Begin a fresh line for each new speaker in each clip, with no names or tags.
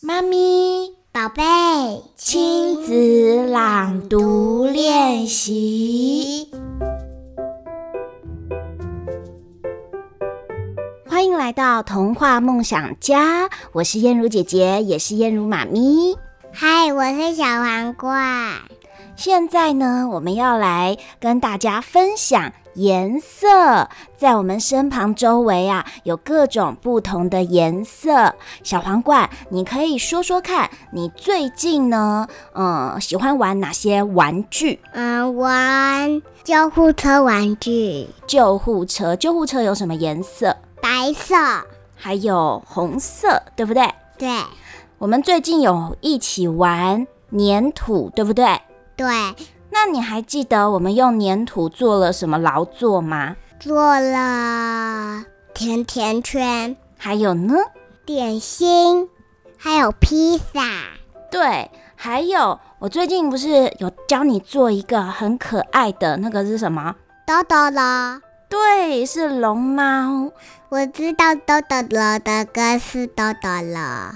妈咪，宝贝，亲子朗读练习。欢迎来到童话梦想家，我是燕如姐姐，也是燕如妈咪。
嗨，我是小黄瓜。
现在呢，我们要来跟大家分享颜色。在我们身旁周围啊，有各种不同的颜色。小皇冠，你可以说说看，你最近呢，嗯，喜欢玩哪些玩具？
嗯，玩救护车玩具，
救护车，救护车有什么颜色？
白色，
还有红色，对不对？
对
我们最近有一起玩粘土，对不对？
对，
那你还记得我们用粘土做了什么劳作吗？
做了甜甜圈、
还有呢？
点心，还有披萨。
对，还有我最近不是有教你做一个很可爱的那个是什么？
豆豆了，
对，是龙猫。
我知道豆豆了的歌是豆豆了，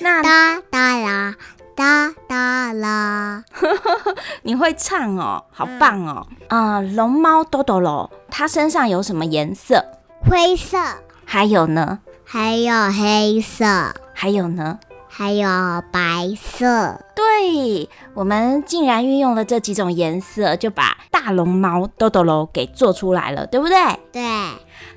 那
哒哒啦，哒哒啦。
你会唱哦，好棒哦！啊、龙猫豆豆咯，它身上有什么颜色？
灰色，
还有呢？
还有黑色，
还有呢？
还有白色。
对，我们竟然运用了这几种颜色，就把大龙猫豆豆咯给做出来了，对不对？
对，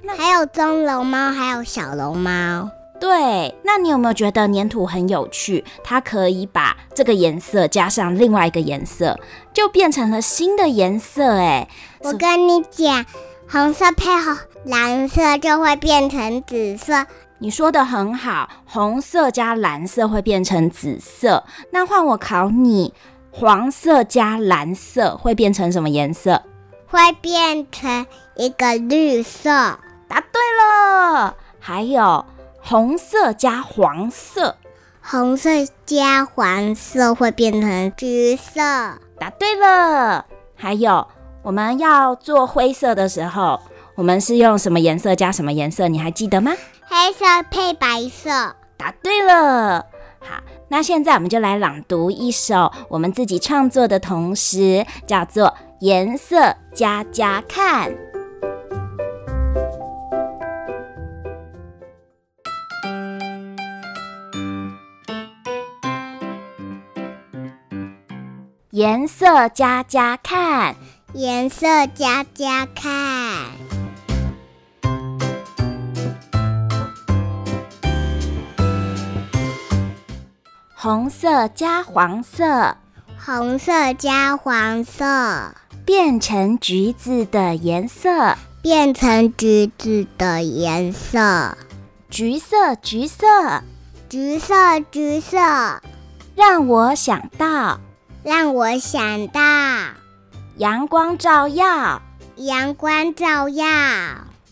那
还有棕龙猫，还有小龙猫。
对，那你有没有觉得粘土很有趣？它可以把这个颜色加上另外一个颜色，就变成了新的颜色。哎，
我跟你讲，红色配红蓝色就会变成紫色。
你说的很好，红色加蓝色会变成紫色。那换我考你，黄色加蓝色会变成什么颜色？
会变成一个绿色，
答对了。还有红色加黄色，
红色加黄色会变成橘色。
答对了。还有我们要做灰色的时候，我们是用什么颜色加什么颜色？你还记得吗？
黑色配白色，
答对了。好，那现在我们就来朗读一首我们自己创作的同时，叫做《颜色加加看》。颜色加加看，
颜色加加看。
红色加黄色，
红色加黄色
变成橘子的颜色。
变成橘子的颜色，
橘色，橘色，
橘色橘色。
让我想到
让我想到
阳光照耀，
阳光照耀，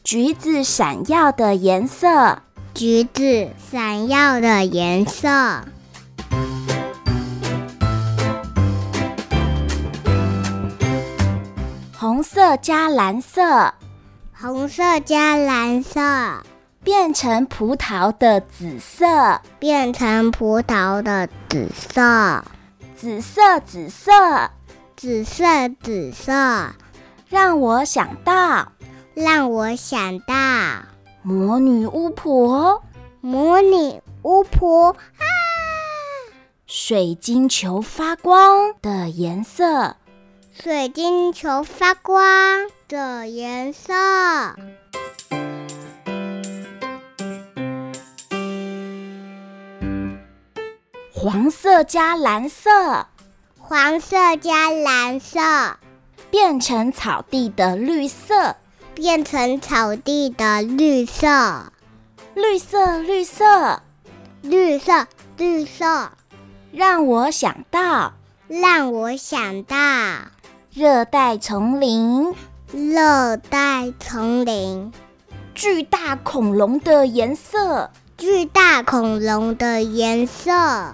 橘子闪耀的颜色。
橘子闪耀的颜色。
红色加蓝色
红色加蓝色
变成葡萄的紫色，
变成葡萄的紫色，
紫色，紫色，
紫色紫色，
让我想到
让我想到
魔女巫婆、
魔女巫婆，
水晶球发光的颜色。
水晶球发光的颜色。
黄色加蓝色
黄色加蓝色
变成草地的绿色，
变成草地的绿色，
绿色，绿色，
绿色绿色，
让我想到
让我想到
热带丛林。
热带丛林。
巨大恐龙的颜色，
巨大恐龙的颜色，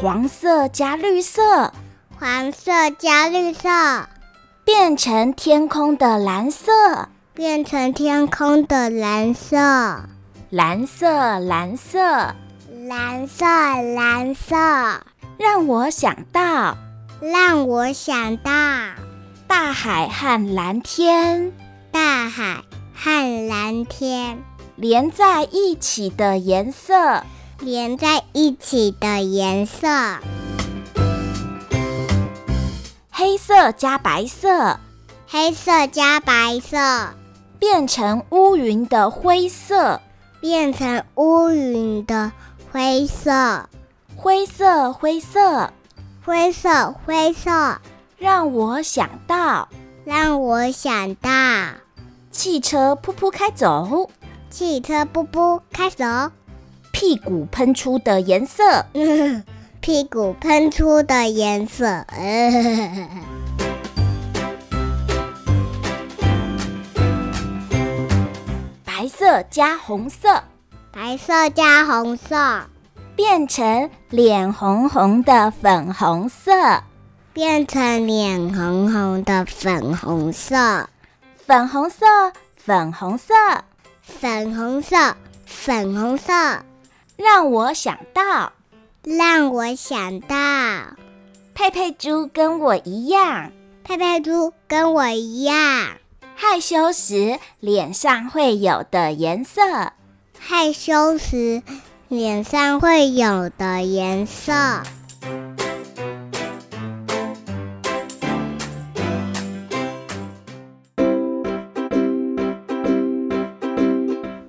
黄色加绿色，
黄色加绿色，
变成天空的蓝色，
变成天空的蓝色，
蓝色，蓝色，
蓝色，蓝色，
让我想到
让我想到
大海和蓝天
大海和蓝天
连在一起的颜色。
连在一起的颜色，
黑色加白色
黑色加白色
变成乌云的灰色，
变成乌云的灰色，
灰色，灰色，
灰色，灰色，
让我想到
让我想到
汽车噗噗开走，
汽车噗噗开走。
屁股喷出的颜色。
屁股喷出的颜色。
白色加红色
白色加红色
变成脸红红的粉红色，
变成脸红红的粉红色，
粉红色，粉红色，
粉红色，粉红色，
让我想到
让我想到
佩佩猪跟我一样，
佩佩猪跟我一样
害羞时脸上会有的颜色。
害羞时脸上会有的颜色。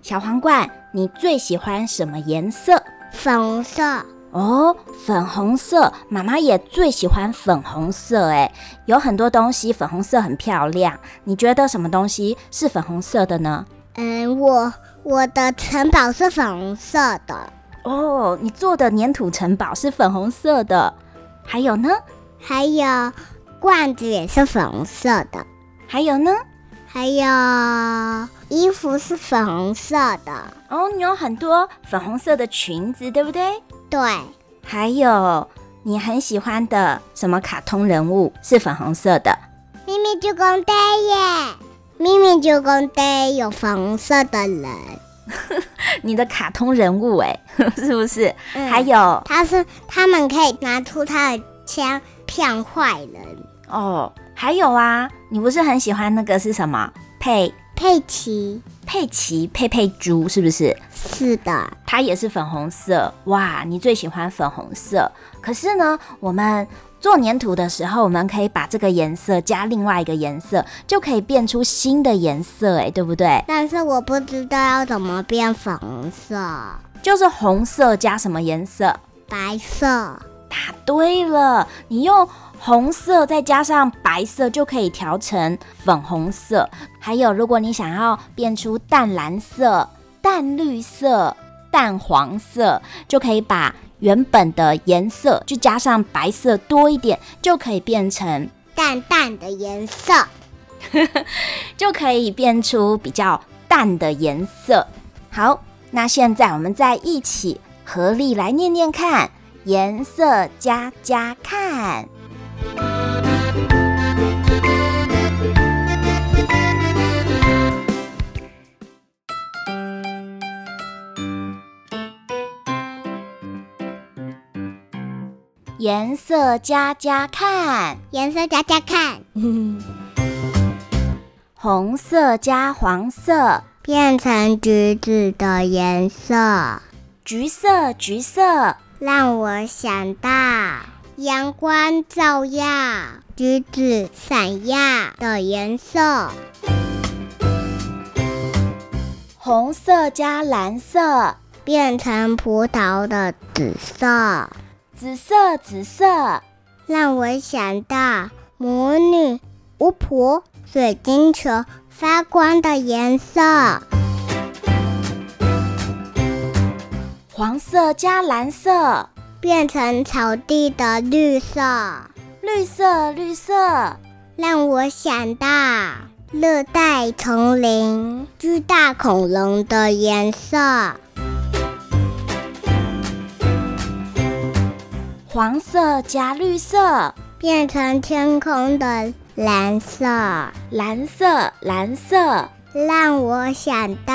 小皇冠，你最喜欢什么颜色？
粉红色，
哦，粉红色，妈妈也最喜欢粉红色。哎，有很多东西粉红色很漂亮。你觉得什么东西是粉红色的呢？
嗯，我我的城堡是粉红色的，
哦，你做的粘土城堡是粉红色的。还有呢？
还有罐子也是粉红色的，
还有呢？
还有衣服是粉红色的。
哦，你有很多粉红色的裙子，对不对？
对，
还有你很喜欢的什么卡通人物是粉红色的？
咪咪猪公爹耶，咪咪猪公爹有粉红色的人，
你的卡通人物哎， 是不是？
嗯
还有
他是他们可以拿出他的枪骗坏人。
哦，还有啊，你不是很喜欢那个是什么佩
佩奇
佩奇佩佩猪是不是？
是的，
它也是粉红色哇！你最喜欢粉红色，可是呢，我们做粘土的时候，我们可以把这个颜色加另外一个颜色，就可以变出新的颜色，哎，对不对？
但是我不知道要怎么变粉红色、
就是红色加什么颜色？
白色。
答对了，你用红色再加上白色就可以调成粉红色。还有，如果你想要变出淡蓝色、淡绿色、淡黄色，就可以把原本的颜色就加上白色多一点，就可以变成
淡淡的颜色，
就可以变出比较淡的颜色。好，那现在我们再一起合力来念念看，颜色加加看。颜色加加看，
颜色加加看，
红色加黄色，
变成橘子的颜色，
橘色橘色，
让我想到阳光照耀，橘子闪耀的颜色，
红色加蓝色，
变成葡萄的紫色，
紫色紫色，
让我想到母女、巫婆、水晶球发光的颜色，
黄色加蓝色，
变成草地的绿色。
绿色绿色，
让我想到热带丛林巨大恐龙的颜色，
黄色加绿色，
变成天空的蓝色，
蓝色蓝色，
让我想到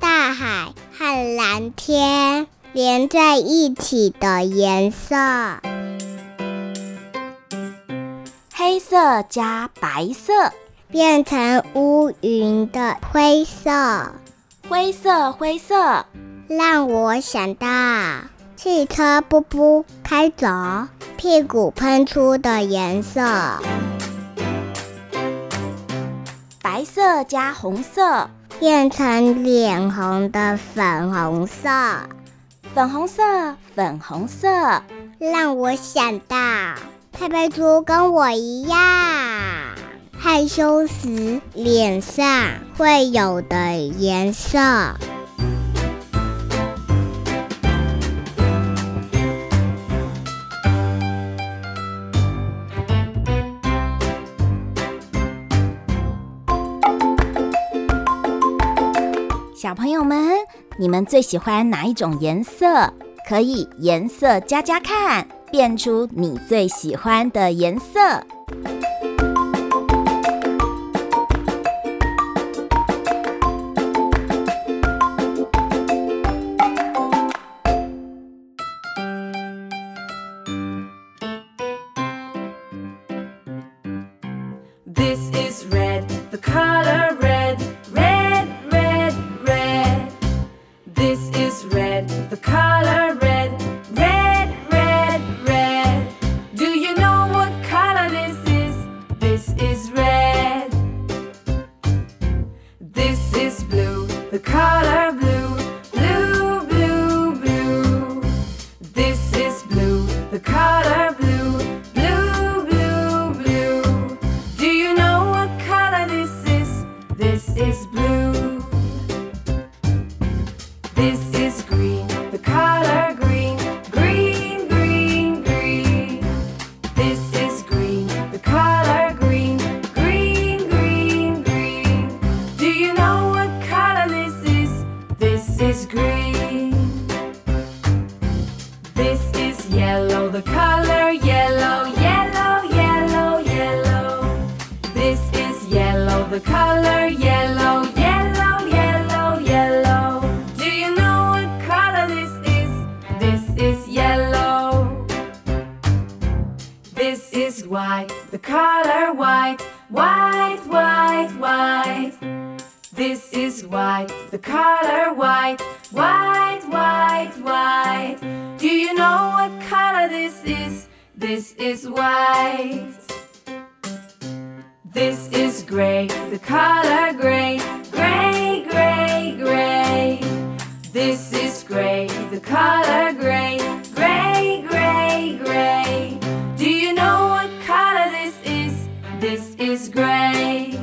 大海和蓝天连在一起的颜色。
黑色加白色，
变成乌云的灰色，
灰色灰色。
让我想到汽车噗噗开走，屁股喷出的颜色。
白色加红色，
变成脸红的粉红色，
粉红色粉红色。
让我想到佩佩猪跟我一样，害羞时脸上会有的颜色。
小朋友们，你们最喜欢哪一种颜色？可以颜色加加看，变出你最喜欢的颜色。
This is red, the color red, red, red, red. This is red, the color red, red, red, red. Do you know what color this is? This is red. This is blue, the color blue, blue, blue, blue. This is blue, the color blue, blue, blue, blue. Do you know what color this is? This is blue. This is green, the color green, green, green, green. This is green, the color green, green, green, green. Do you know what color this is? This is green. This is yellow, the color yellow, yellow, yellow, yellow. This is yellow, the color yellow, yellow, yellow, yellow. Do you know what color this is? This is yellow. This is white, the color white, white, white, white. This is white, the color white, white, white, white. Do you know what color this is? This is white. This is gray, the color gray, gray, gray, gray. This is gray, the color gray, gray, gray, gray. Do you know what color this is? This is gray.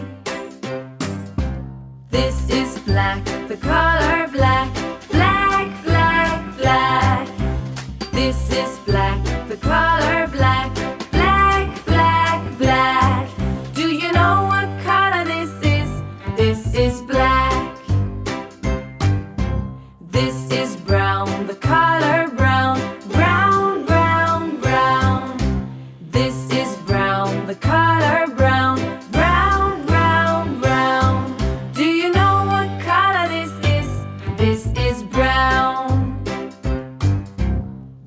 This is black, the color black, black, black, black. This is black, the color black, black, black, black. Do you know what color this is? This is black. This is brown, the color brown, brown, brown, brown. This is brown, the color brown, brown, brown, brown. Do you know what color this is? This is brown.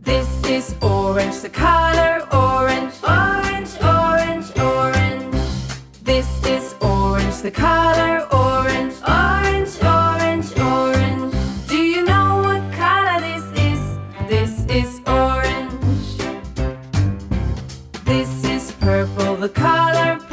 This is orange, the color orange, orange, orange, orange. This is orange, the color orange, orange, orange, orange. Do you know what color this is? This is orange. This is purple, the color